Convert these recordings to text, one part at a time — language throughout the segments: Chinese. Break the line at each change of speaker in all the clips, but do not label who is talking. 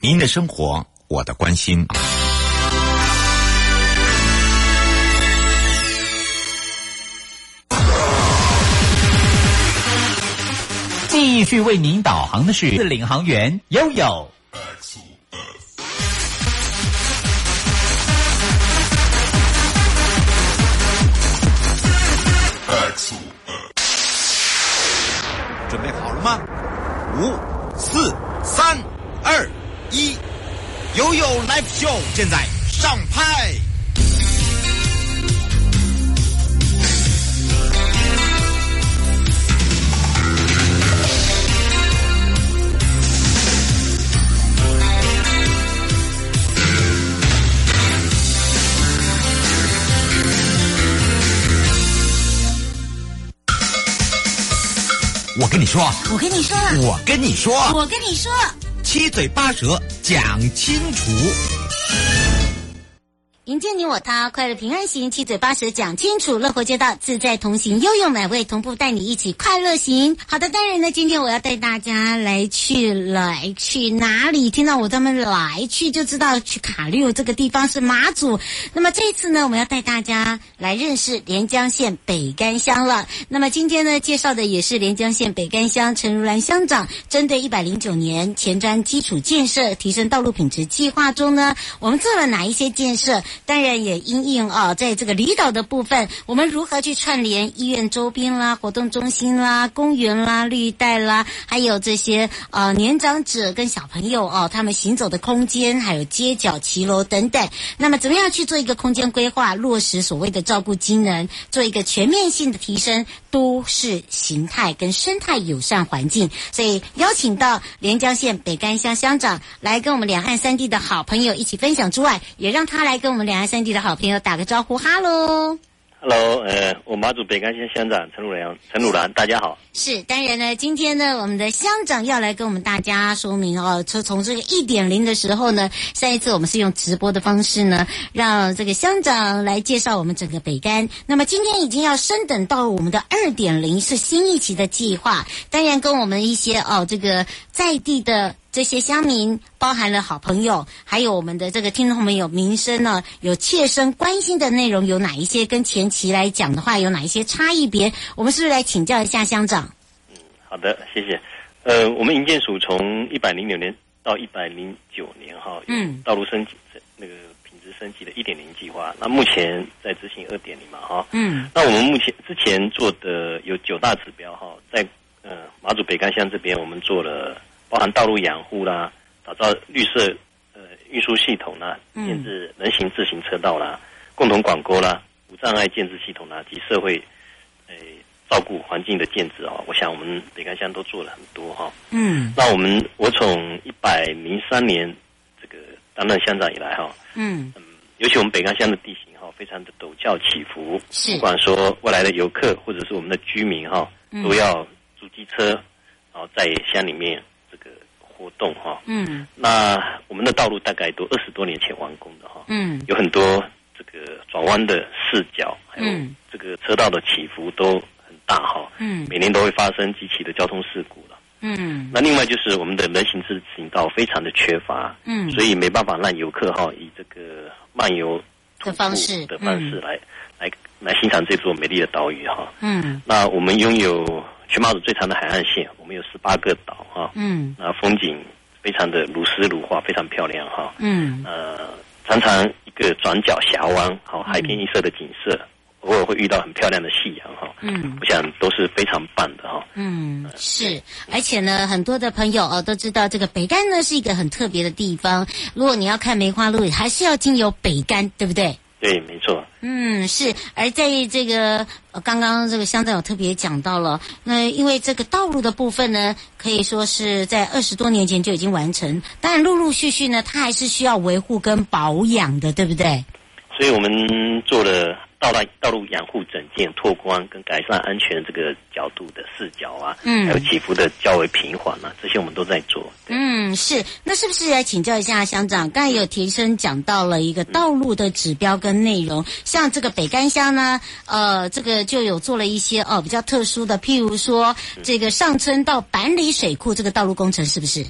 您的生活，我的关心。
继续为您导航的是领航员悠悠。
准备好了吗？五、四、三、二、一，悠悠 live show 正在上拍。我跟你说，啊
我跟你说，
我跟你说，
我跟你说，
七嘴八舌讲清楚。
迎接你我他，快乐平安行，七嘴八舌讲清楚，乐活街道自在同行，悠悠美味同步带你一起快乐行。好的，当然呢，今天我要带大家来去来去哪里？听到我这么来去，就知道去卡六这个地方是马祖。那么这次呢，我们要带大家来认识连江县北干乡了。那么今天呢，介绍的也是连江县北干乡陈如兰乡长针对一百零九年前瞻基础建设提升道路品质计划中呢，我们做了哪一些建设？当然也因应啊，在这个离岛的部分，我们如何去串联医院周边啦、活动中心啦、公园啦、绿带啦，还有这些呃年长者跟小朋友哦、他们行走的空间，还有街角骑楼等等。那么怎么样去做一个空间规划，落实所谓的照顾机能，做一个全面性的提升都市形态跟生态友善环境？所以邀请到连江县北干乡乡长来跟我们两岸三地的好朋友一起分享之外，也让他来跟我们两岸三地的好朋友打个招呼，哈喽。
Hello，呃，我马祖北干县乡长陈汝良，陈汝兰，大家好。
是，当然呢，今天呢，我们的乡长要来跟我们大家说明哦，从从这个一点零的时候呢，上一次我们是用直播的方式呢，让这个乡长来介绍我们整个北干。那么今天已经要升等到我们的二点零，是新一期的计划，当然跟我们一些哦这个在地的。这些乡民包含了好朋友，还有我们的这个听众朋友民生呢，有切身关心的内容有哪一些？跟前期来讲的话，有哪一些差异别？我们是不是来请教一下乡长？
好的，谢谢。呃，我们营建署从一百零六年到一百零九年哈，
嗯，
道路升级那个品质升级的一点零计划，那目前在执行二点零嘛哈，
嗯
那我们目前之前做的有九大指标哈，在呃马祖北干乡这边，我们做了包含道路养护啦，打造绿色呃运输系统啦，
嗯
建制人行自行车道啦，共同管沟啦，无障碍建制系统啦及社会呃照顾环境的建制啊、我想我们北干乡都做了很多哈、
嗯
那我们我从一百零三年这个担任乡长以来哈、
嗯
尤其我们北干乡的地形哈、非常的陡峭起伏，
是
不管说未来的游客或者是我们的居民哈、
嗯
都要租机车，然后在乡里面这个活动哈、
嗯
那我们的道路大概都二十多年前完工的哈、
嗯
有很多这个转弯的视角，还有
嗯
这个车道的起伏都很大哈、
嗯
每年都会发生几起的交通事故了。
嗯
那另外就是我们的人行自行道非常的缺乏，
嗯
所以没办法让游客哈以这个漫游徒
的
步
方式
的方式来、来来欣赏这座美丽的岛屿哈。
嗯
那我们拥有全马祖最长的海岸线，我们有十八个岛哈，
嗯
那风景非常的如诗如画，非常漂亮哈。
嗯
呃，常常一个转角峡湾，好海天一色的景色，偶尔会遇到很漂亮的夕阳哈。
嗯。
我想都是非常棒的哈。
嗯，是，而且呢，很多的朋友哦都知道，这个北干呢是一个很特别的地方。如果你要看梅花鹿，还是要经由北干，对不对？
对，没错。
嗯，是。而在这个、呃、刚刚这个乡长有特别讲到了，那因为这个道路的部分呢，可以说是在二十多年前就已经完成，当然陆陆续续呢，它还是需要维护跟保养的，对不对？
所以我们做了道路道路养护整建、拓宽跟改善安全这个角度的视角啊，
嗯
还有起伏的较为平缓啊，这些我们都在做。
嗯，是。那是不是来请教一下乡长？刚才有提升讲到了一个道路的指标跟内容，像这个北干乡呢，呃，这个就有做了一些哦比较特殊的，譬如说这个上村到板里水库这个道路工程，是不是？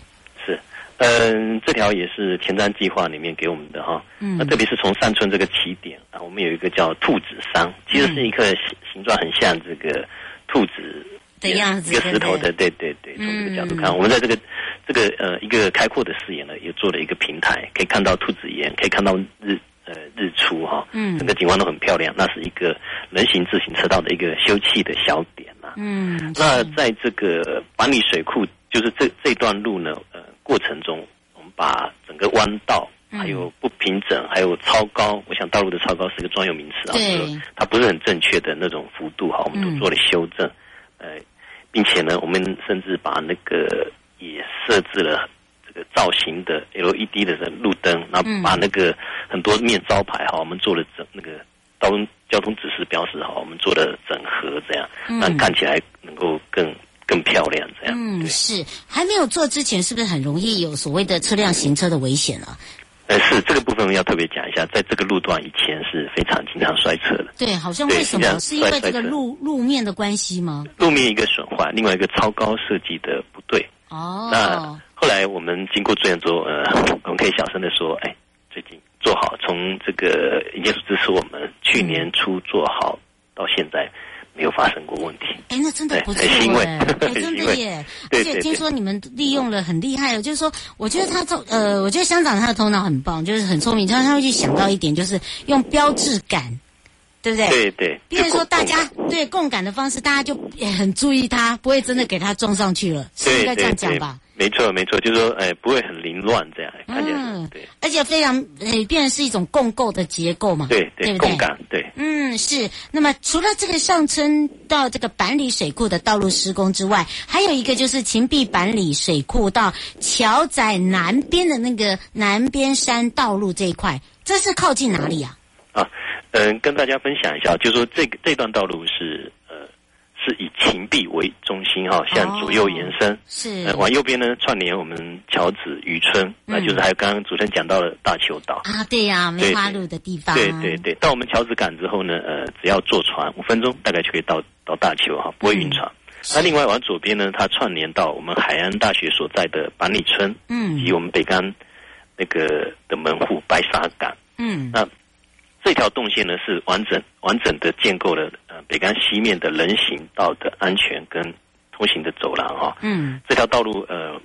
是，嗯，这条也是前瞻计划里面给我们的哈。
嗯
那特别是从上村这个起点啊，我们有一个叫兔子山，其实是一个形形状很像这个兔子
的样子
一个石头
对嗯
的，对对对。从这个角度看，我们在这个这个呃一个开阔的视野呢，也做了一个平台，可以看到兔子岩，可以看到日呃日出哈。
嗯
整个景观都很漂亮，那是一个人行自行车道的一个休憩的小点啊。
嗯，
那在这个板里水库，就是这这段路呢，呃，过程中，我们把整个弯道，
嗯
还有不平整，还有超高，我想道路的超高是个专有名词啊，
对
就是它不是很正确的那种幅度哈，我们
嗯
都做了修正，呃，并且呢，我们甚至把那个也设置了。这个造型的 LED 的路灯，然后
嗯
把那个很多面招牌哈，我们做了整那个道路交通指示标识哈，我们做了整合这样，
嗯
让看起来能够更更漂亮这样。
嗯，
对，
是还没有做之前，是不是很容易有所谓的车辆行车的危险啊？
呃，是这个部分要特别讲一下，在这个路段以前是非常经常摔车的，
对，好像
对
为什
这
么
样
是因为
摔
这个
摔车
路路面的关系吗？
路面一个损坏，另外一个超高设计的不对。那
哦，
后来我们经过资源之后，呃，我们可以小声的说，哎，最近做好，从这个营建署支持我们去年初做好到现在没有发生过问题。
哎，那真的
对
不错
很欣慰
哎， 哎，真
很欣
的
慰
耶！而
对
且
对
听
对
说你们利用了很厉害哦的，就是说，我觉得他头呃，我觉得乡长他的头脑很棒，就是很聪明，他他会去想到一点，就是用标志感，对不对？
对对，
嗯哎比如
就
说，
共
大家
共的
对共感的方式，大家就也很注意它，不会真的给它撞上去了，是应
对
该这
对
样讲
对
吧？
没错没错，就是说，哎，不会很凌乱这样，看起来是
嗯
对，
而且非常呃，变成是一种共构的结构嘛，
对
对
对，
不对
共？感对。
嗯，是。那么除了这个上村到这个板里水库的道路施工之外，还有一个就是秦壁板里水库到桥仔南边的那个南边山道路这一块，这是靠近哪里啊？
啊，嗯，跟大家分享一下，就是说这个这段道路是呃是以秦壁为中心哈、向左右延伸。
是
呃，往右边呢串联我们桥子渔村，那就是还有刚刚主持人讲到的大丘岛，
啊，对呀、梅花鹿的地方。
对对对。到我们桥子港之后呢，呃，只要坐船五分钟，大概就可以到到大丘哈、不会晕船。那另外往左边呢，它串联到我们海安大学所在的板里村，以及
嗯
我们北干那个的门户白沙港。
嗯
那这条动线呢是完整完整的建构了呃北干西面的人行道的安全跟通行的走廊哈、
嗯，
这条道路呃，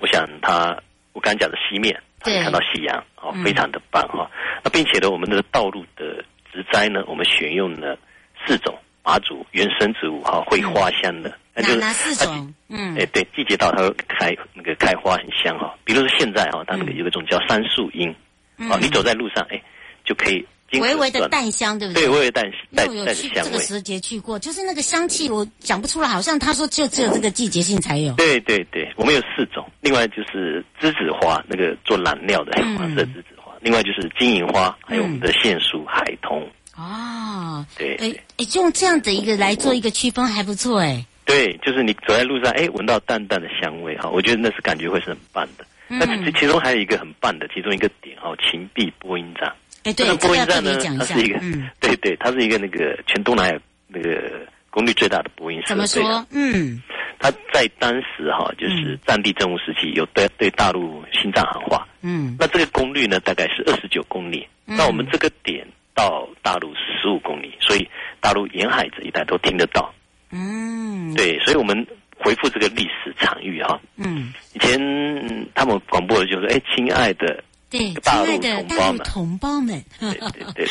我想它我刚讲的西面，它
对
看到夕阳哦
嗯，
非常的棒哈、那并且呢，我们的道路的植栽呢，我们选用了四种麻竹原生植物哈、会花香的，那就
嗯哪
是
哪四
它
种？嗯
哎，对，季节到它会开那个开花很香哈、比如说现在哦哈、它那个有一种叫杉树樱，
嗯
啊，你走在路上哎，就可以经
微微
手
的
段
淡香，对不对？
对，微微淡
因
带
为我有
带着
去
香
这个
味，
时节去过，就是那个香气，我讲不出来，好像他说就只有这个季节性才有。
对对对，我们有四种，另外就是栀子花，那个做染料的
嗯
黄色栀子花，另外就是金银花，还有我们的线树、海桐，
哦，
对
哎哎，就用这样的一个来做一个区分还不错哎。
对，就是你走在路上，哎，闻到淡淡的香味哈，我觉得那是感觉会是很棒的。
嗯
那其其中还有一个很棒的，其中一个点哦，秦壁播音站。
哎，
那
对，这
播
个
音
要特
站
别
呢，
讲一
它
下
是一个，，
嗯，
对对，它是一个那个全东南亚那个功率最大的播音设
怎么
备啊
说？嗯，
他在当时哈、就是战地政务时期，有对对大陆心脏喊话。
嗯，
那这个功率呢，大概是二十九公里。
嗯
那我们这个点到大陆是十五公里，所以大陆沿海这一带都听得到。
嗯，
对，所以我们回复这个历史场域哈、
嗯，
以前嗯他们广播的就是哎，亲爱的，
对，亲
大陆
爱的
同
大
胞
陆
们
同胞们，
对对对。对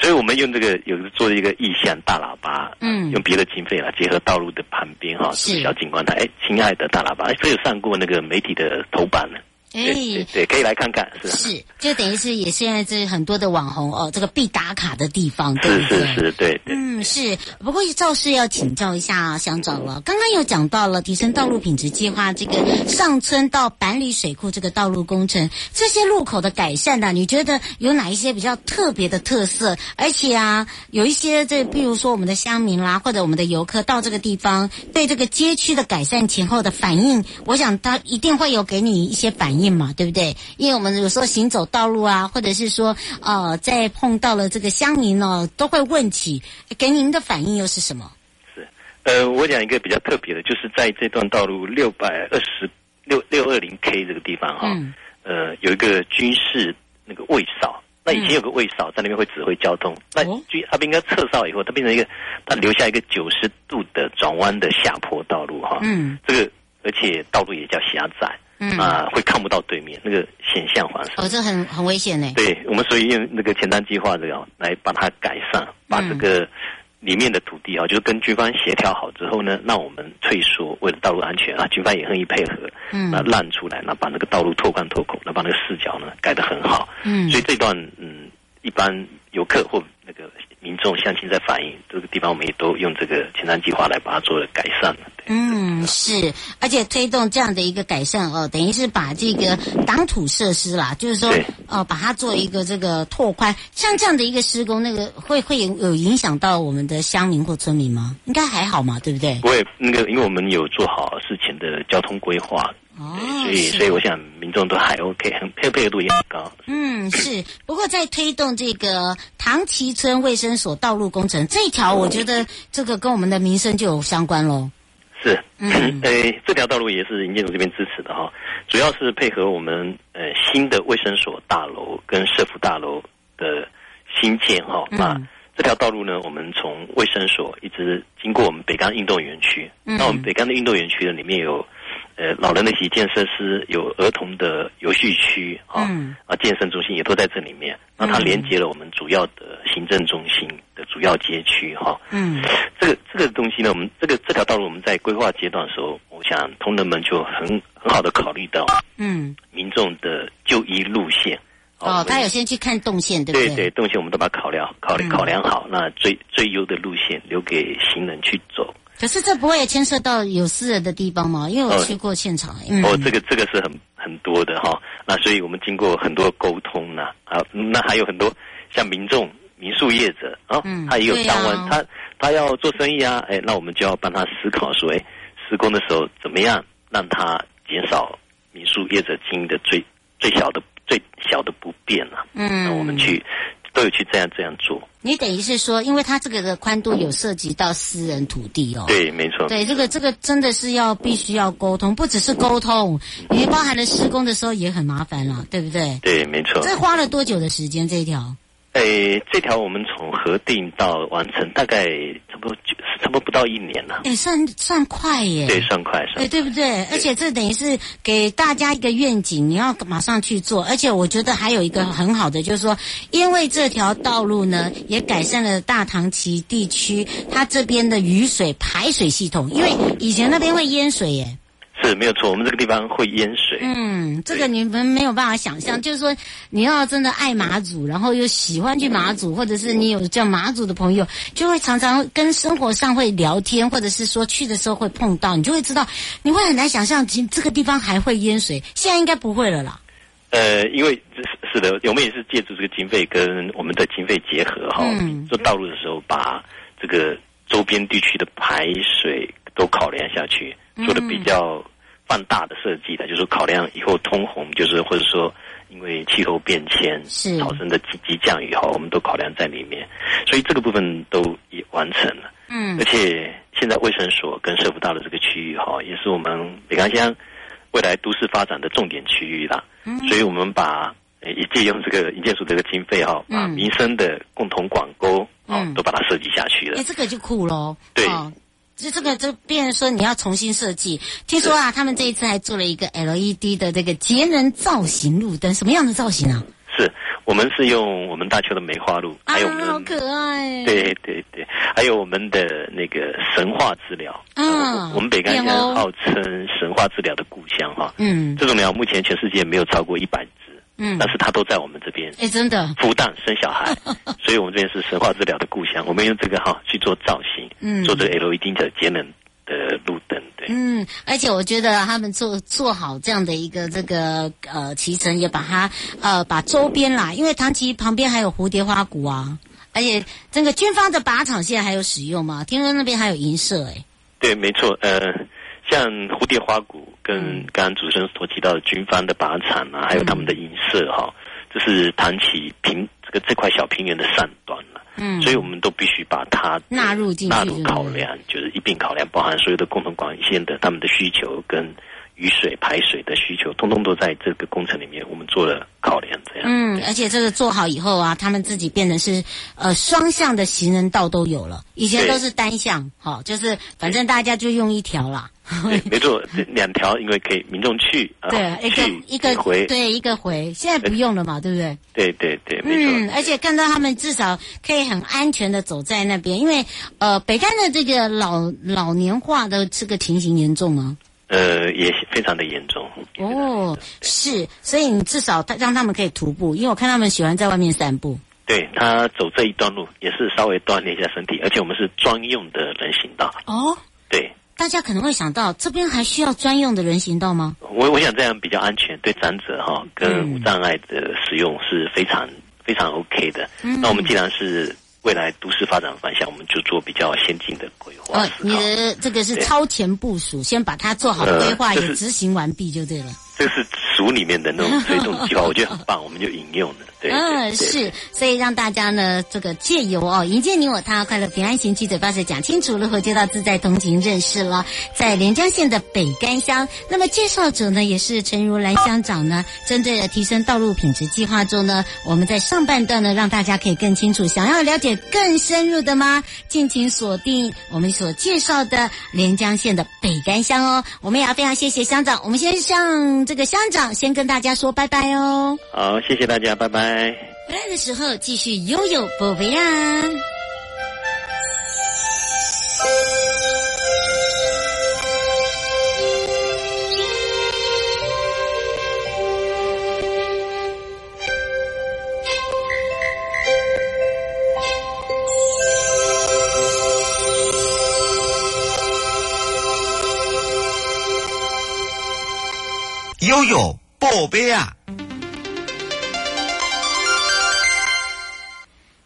所以我们用这个有做一个意向大喇叭，
嗯
用别的经费来结合道路的旁边哈、
是
小景观台，哎，亲爱的大喇叭，哎，这有上过那个媒体的头版呢。 对对
哎。
对，可以来看看，是
是，就等于是也现在这很多的网红哦，这个必打卡的地方，对
是
不对？
是是，对对。
嗯，是。不过赵氏要请教一下啊，乡长
嗯
了。刚刚有讲到了提升道路品质计划，这个上村到板里水库这个道路工程，这些路口的改善呢、啊你觉得有哪一些比较特别的特色？而且啊，有一些这，比如说我们的乡民啦，或者我们的游客到这个地方，对这个街区的改善前后的反应，我想他一定会有给你一些反应嘛，对不对？因为我们有时候行走道路啊，或者是说呃，在碰到了这个乡民哦，都会问起，给您的反应又是什么？
呃，我讲一个比较特别的，就是在这段道路六百二十六六二零 K 这个地方哈、
嗯
呃，有一个军事那个卫哨。那以前有个卫哨在那边会指挥交通，那
哦
军阿兵哥撤哨以后，它变成一个，它留下一个九十度的转弯的下坡道路哈、
嗯
这个而且道路也较狭窄，
嗯
啊、会看不到对面那个险象环生。
哦，这很很危险呢。
对我们所以用那个前瞻计划这个哦来把它改善，把
嗯
这个里面的土地啊，就是跟军方协调好之后呢，让我们退缩，为了道路安全啊，军方也愿意配合，
嗯
那让出来，那把那个道路拓宽拓口，那把那个视角呢改得很好，
嗯
所以这段嗯，一般游客或那个民众乡亲在反映这个地方，我们也都用这个前瞻计划来把它做了改善了。对
嗯，是，而且推动这样的一个改善哦，等于是把这个挡土设施啦，就是说
对，
呃，把它做一个这个拓宽，像这样的一个施工，那个会会有有影响到我们的乡民或村民吗？应该还好嘛，对不对？
不会，那个因为我们有做好事前的交通规划，
哦
对所以
是
所以我想民众都还 OK，很配配合度也很高。
嗯，是。不过在推动这个唐崎村卫生所道路工程这一条，我觉得这个跟我们的民生就有相关喽。
是，
嗯
呃，这条道路也是营建署这边支持的哈，主要是配合我们呃新的卫生所大楼跟社福大楼的新建哈。
嗯
那这条道路呢，我们从卫生所一直经过我们北港运动园区，
嗯
那我们北港的运动园区呢，里面有呃老人的洗健设施，有儿童的游戏区啊，
嗯
啊健身中心也都在这里面。那它
嗯
连接了我们主要的行政中心的主要街区哈。
嗯
这个这个东西呢，我们这个这条道路我们在规划阶段的时候，我想同仁们就很很好的考虑到
嗯，
民众的就医路线。
哦，他
也
有先去看动线，对不
对
对？
对，动线我们都把它考量考虑
嗯
考量好，那最最优的路线留给行人去走。
可是这不会牵涉到有私人的地方吗？因为我去过现场，嗯，
哦，这个这个是很很多的哈、那所以我们经过很多沟通呢、啊，那还有很多像民众、民宿业者啊，
嗯
他也有
对啊
相关，他他要做生意啊，哎，那我们就要帮他思考说，哎，施工的时候怎么样让他减少民宿业者经营的最最小的最小的不便啊。
嗯
那我们去都有去这样这样做，
你等于是说，因为它这个的宽度有涉及到私人土地哦。
对，没错，
对，这个这个真的是要必须要沟通，不只是沟通，因为包含了施工的时候也很麻烦了，对不对？
对，没错。
这花了多久的时间？这一条？
哎，这条我们从核定到完成，大概差不多就差不多不到一年了。
哎，算算快耶。
对，算快算
嗯对对不对？而且这等于是给大家一个愿景，你要马上去做。而且我觉得还有一个很好的，就是说，因为这条道路呢，也改善了大唐旗地区它这边的雨水排水系统，因为以前那边会淹水耶。
是没有错。我们这个地方会淹水，
嗯，这个你们没有办法想象，就是说你要真的爱马祖，然后又喜欢去马祖，或者是你有叫马祖的朋友，就会常常跟生活上会聊天，或者是说去的时候会碰到，你就会知道，你会很难想象，其实这个地方还会淹水，现在应该不会了啦。
呃，因为是是的，我们也是借助这个经费跟我们的经费结合哈、
嗯
做道路的时候把这个周边地区的排水都考量下去，
嗯
做的比较放大的设计的，就是考量以后通洪，就是或者说因为气候变迁
是
产生的积极降雨哈，我们都考量在里面，所以这个部分都也完成了。
嗯
而且现在卫生所跟社福大的这个区域哈，也是我们北港乡未来都市发展的重点区域啦。嗯，所以我们把呃也借用这个营建署这个经费哈，把
嗯
民生的共同管沟啊、
嗯
都把它设计下去了
哎，。这个就酷喽。
对
哦就这个，就变成说你要重新设计。听说啊，他们这一次还做了一个 LED 的这个节能造型路灯，什么样的造型啊？
是我们是用我们大邱的梅花鹿，
啊
还有我，们
好
的。
可爱。
哎对对对，还有我们的那个神话治疗，
啊
我我们北干
燕
乡
鸥
号称神话治疗的故乡哈，
嗯
这种鸟目前全世界没有超过一百只，
嗯，
但是它都在我们这边
哎、真的，
孵蛋生 小孩，所以我们这边是神话治疗的故乡，我们用这个哈去做造型，
嗯
做这个 LED 的节能的路灯，对，
嗯，而且我觉得他们做做好这样的一个这个呃骑乘，也把它呃把周边啦，因为唐旗旁边还有蝴蝶花谷啊，而且整个军方的靶场现在还有使用嘛，听说那边还有银舍哎、
对，没错，呃，像蝴蝶花谷
嗯
跟刚刚主持人所提到的军方的靶场啊，还有他们的营舍哈、这是唐崎平这个这块小平原的上端啊了、
嗯
所以我们都必须把它
纳入进去
纳入考
对不对
量，就是一并考量，包含所有的共同管线的他们的需求跟雨水排水的需求，通通都在这个工程里面，我们做了考量。这样，
嗯，而且这个做好以后啊，他们自己变成是呃双向的行人道都有了，以前
对
都是单向，好、就是反正大家就用一条啦。
对，没错，这两条因为可以民众去 啊，
对，一个
去
一个
回，
对一个回，现在不用了嘛，对不对？
对对对，没错。
嗯，而且看到他们至少可以很安全的走在那边，因为呃，北干的这个老老年化的这个情形严重啊。
呃，也非常的严重。
哦，是，所以你至少他让他们可以徒步，因为我看他们喜欢在外面散步。
对他走这一段路也是稍微锻炼一下身体，而且我们是专用的人行道。
哦，
对
大家可能会想到，这边还需要专用的人行道吗？
我，我想这样比较安全，对长者哈、
嗯
跟无障碍的使用是非常非常 OK 的。
嗯
那我们既然是未来都市发展方向，我们就做比较先进的规划
哦，
思
你
考。
的这个是
对
超前部署，先把它做好
哎呃
规划，
就
也
是
执行完毕就对了。
这是署里面的那种推动计划，我觉得很棒，我们就引用了。对，对
嗯，
对
是，所以让大家呢，这个借由哦，迎接你我他，快乐平安行，七嘴八舌讲清楚，如何街道自在同行认识了，在连江县的北干乡。那么介绍者呢，也是陈如兰乡长呢，针对了提升道路品质计划中呢，我们在上半段呢，让大家可以更清楚，想要了解更深入的吗？敬请锁定我们所介绍的连江县的北干乡哦。我们也要非常谢谢乡长，我们先向这个乡长先跟大家说拜拜哦。
好，谢谢大家，拜拜。
回来的时候继续悠悠宝贝啊。
悠悠宝贝啊！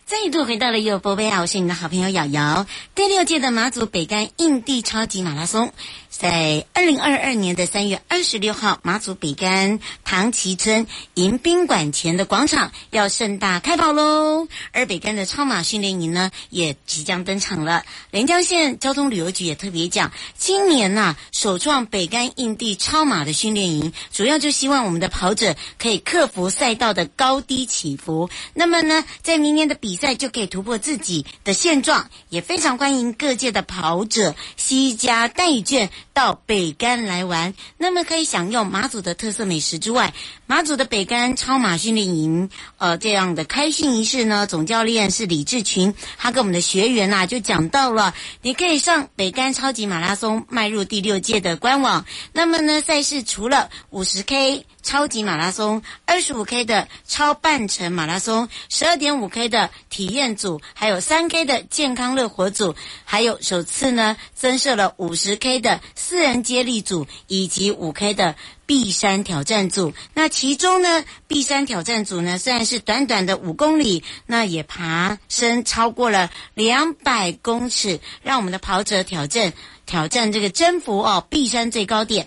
再度回到了有波贝啊，我是你的好朋友瑶瑶。第六届的马祖北干印地超级马拉松，在二零二二年的三月二十六号，马祖北干唐崎村迎宾馆前的广场要盛大开跑喽。而北干的超马训练营呢，也即将登场了。连江县交通旅游局也特别讲，今年呐、首创北干印地超马的训练营，主要就希望我们的跑者可以克服赛道的高低起伏。那么呢，在明年的比赛就可以突破自己的现状，也非常欢迎各界的跑者惜家带眷到北干来玩。那么可以享用马祖的特色美食之外，马祖的北干超马训练营，呃，这样的开训仪式呢，总教练是李志群，他跟我们的学员呐、就讲到了，你可以上北干超级马拉松迈入第六届的官网。那么呢，赛事除了五十 K 超级马拉松、二十五 K 的超半程马拉松、十二点五 K 的体验组，还有三 K 的健康乐活组，还有首次呢增设了五十 K 的私人接力组以及五 K 的碧山挑战组。那其中呢，碧山挑战组呢虽然是短短的五公里，那也爬升超过了两百公尺，让我们的跑者挑战挑战这个征服哦碧山最高点。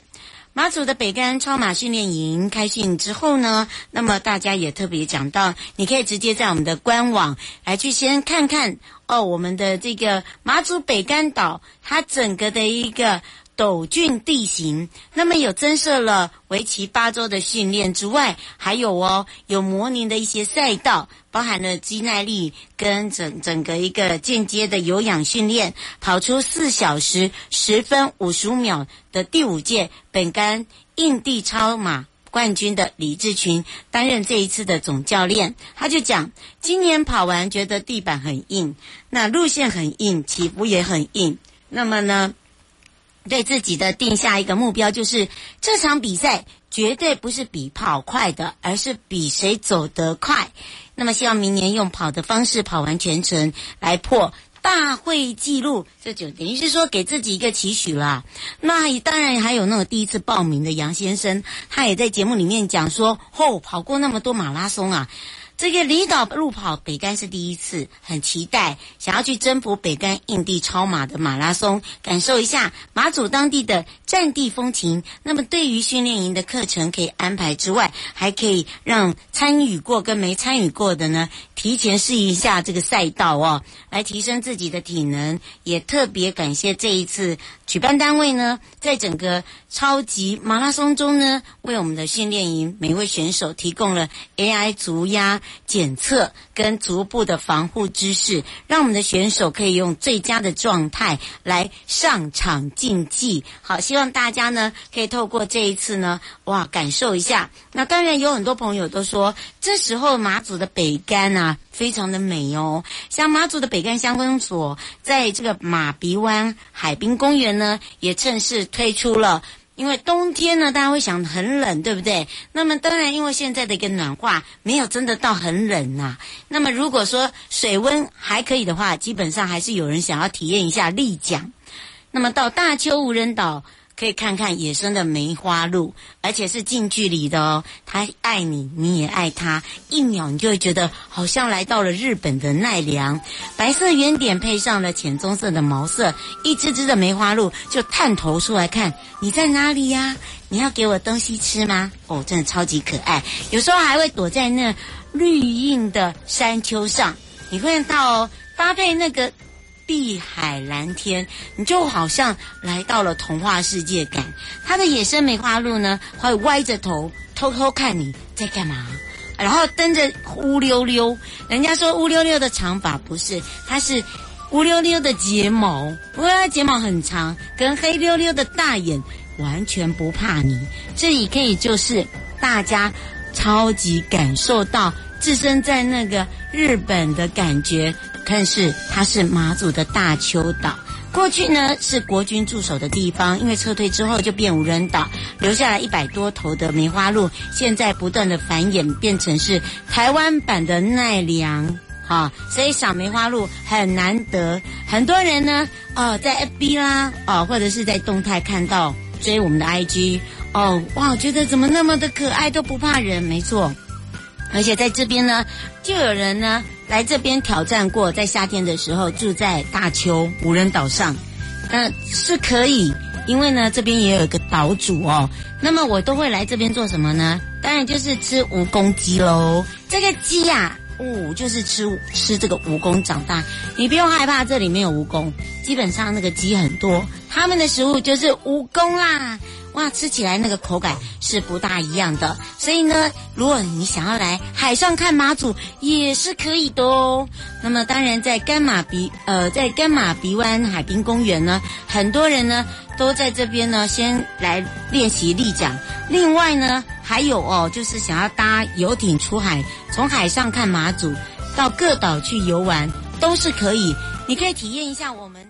马祖的北干超马训练营开训之后呢，那么大家也特别讲到，你可以直接在我们的官网来去先看看哦，我们的这个马祖北干岛它整个的一个陡峻地形，那么有增设了为期八周的训练之外，还有哦有模拟的一些赛道，包含了肌耐力跟整整个一个间接的有氧训练，跑出四小时十分五十五秒的第五届本干印地超马冠军的李志群担任这一次的总教练，他就讲，今年跑完觉得地板很硬，那路线很硬，起伏也很硬，那么呢？对自己的定下一个目标，就是这场比赛绝对不是比跑快的，而是比谁走得快。那么希望明年用跑的方式跑完全程，来破大会纪录，这就等于是说给自己一个期许啦。那也当然还有那种第一次报名的杨先生，他也在节目里面讲说，哦，跑过那么多马拉松啊。这个离岛路跑北干是第一次，很期待，想要去征服北干印地超马的马拉松，感受一下马祖当地的战地风情。那么对于训练营的课程可以安排之外，还可以让参与过跟没参与过的呢，提前试一下这个赛道哦，来提升自己的体能。也特别感谢这一次举办单位呢，在整个超级马拉松中呢，为我们的训练营每位选手提供了 AI 足压检测跟足部的防护知识，让我们的选手可以用最佳的状态来上场竞技。好，希望大家呢可以透过这一次呢，哇，感受一下。那当然有很多朋友都说，这时候马祖的北干啊，非常的美哦。像马祖的北干乡公所，在这个马鼻湾海滨公园呢，也正式推出了。因为冬天呢，大家会想很冷，对不对？那么当然，因为现在的一个暖化，没有真的到很冷呐、那么如果说水温还可以的话，基本上还是有人想要体验一下立桨。那么到大邱无人岛可以看看野生的梅花鹿，而且是近距离的哦。它爱你，你也爱它，一秒你就会觉得好像来到了日本的奈良。白色圆点配上了浅棕色的毛色，一只只的梅花鹿就探头出来看你在哪里呀、你要给我东西吃吗？哦，真的超级可爱，有时候还会躲在那绿荫的山丘上，你会看到哦，搭配那个碧海蓝天，你就好像来到了童话世界感。它的野生梅花鹿呢，会歪着头偷偷看你在干嘛，然后蹬着乌溜溜。人家说乌溜溜的长发不是，它是乌溜溜的睫毛，不过它睫毛很长，跟黑溜溜的大眼完全不怕你。这里可以就是大家超级感受到置身在那个日本的感觉。但是它是马祖的大邱岛，过去呢是国军驻守的地方，因为撤退之后就变无人岛，留下来一百多头的梅花鹿，现在不断的繁衍，变成是台湾版的奈良。啊，所以赏梅花鹿很难得，很多人呢，哦，在 FB 啦，哦，或者是在动态看到追我们的 IG，哦，哇，觉得怎么那么的可爱，都不怕人，没错，而且在这边呢，就有人呢来这边挑战过，在夏天的时候住在大邱无人岛上，那是可以，因为呢这边也有一个岛主哦。那么我都会来这边做什么呢？当然就是吃蜈蚣鸡喽。这个鸡呀、哦，就是吃吃这个蜈蚣长大，你不用害怕这里没有蜈蚣，基本上那个鸡很多，他们的食物就是蜈蚣啦。哇，吃起来那个口感是不大一样的。所以呢，如果你想要来海上看马祖也是可以的哦。那么当然，在甘马鼻呃，在甘马鼻湾海滨公园呢，很多人呢都在这边呢先来练习立桨。另外呢，还有哦，就是想要搭游艇出海，从海上看马祖，到各岛去游玩都是可以。你可以体验一下我们。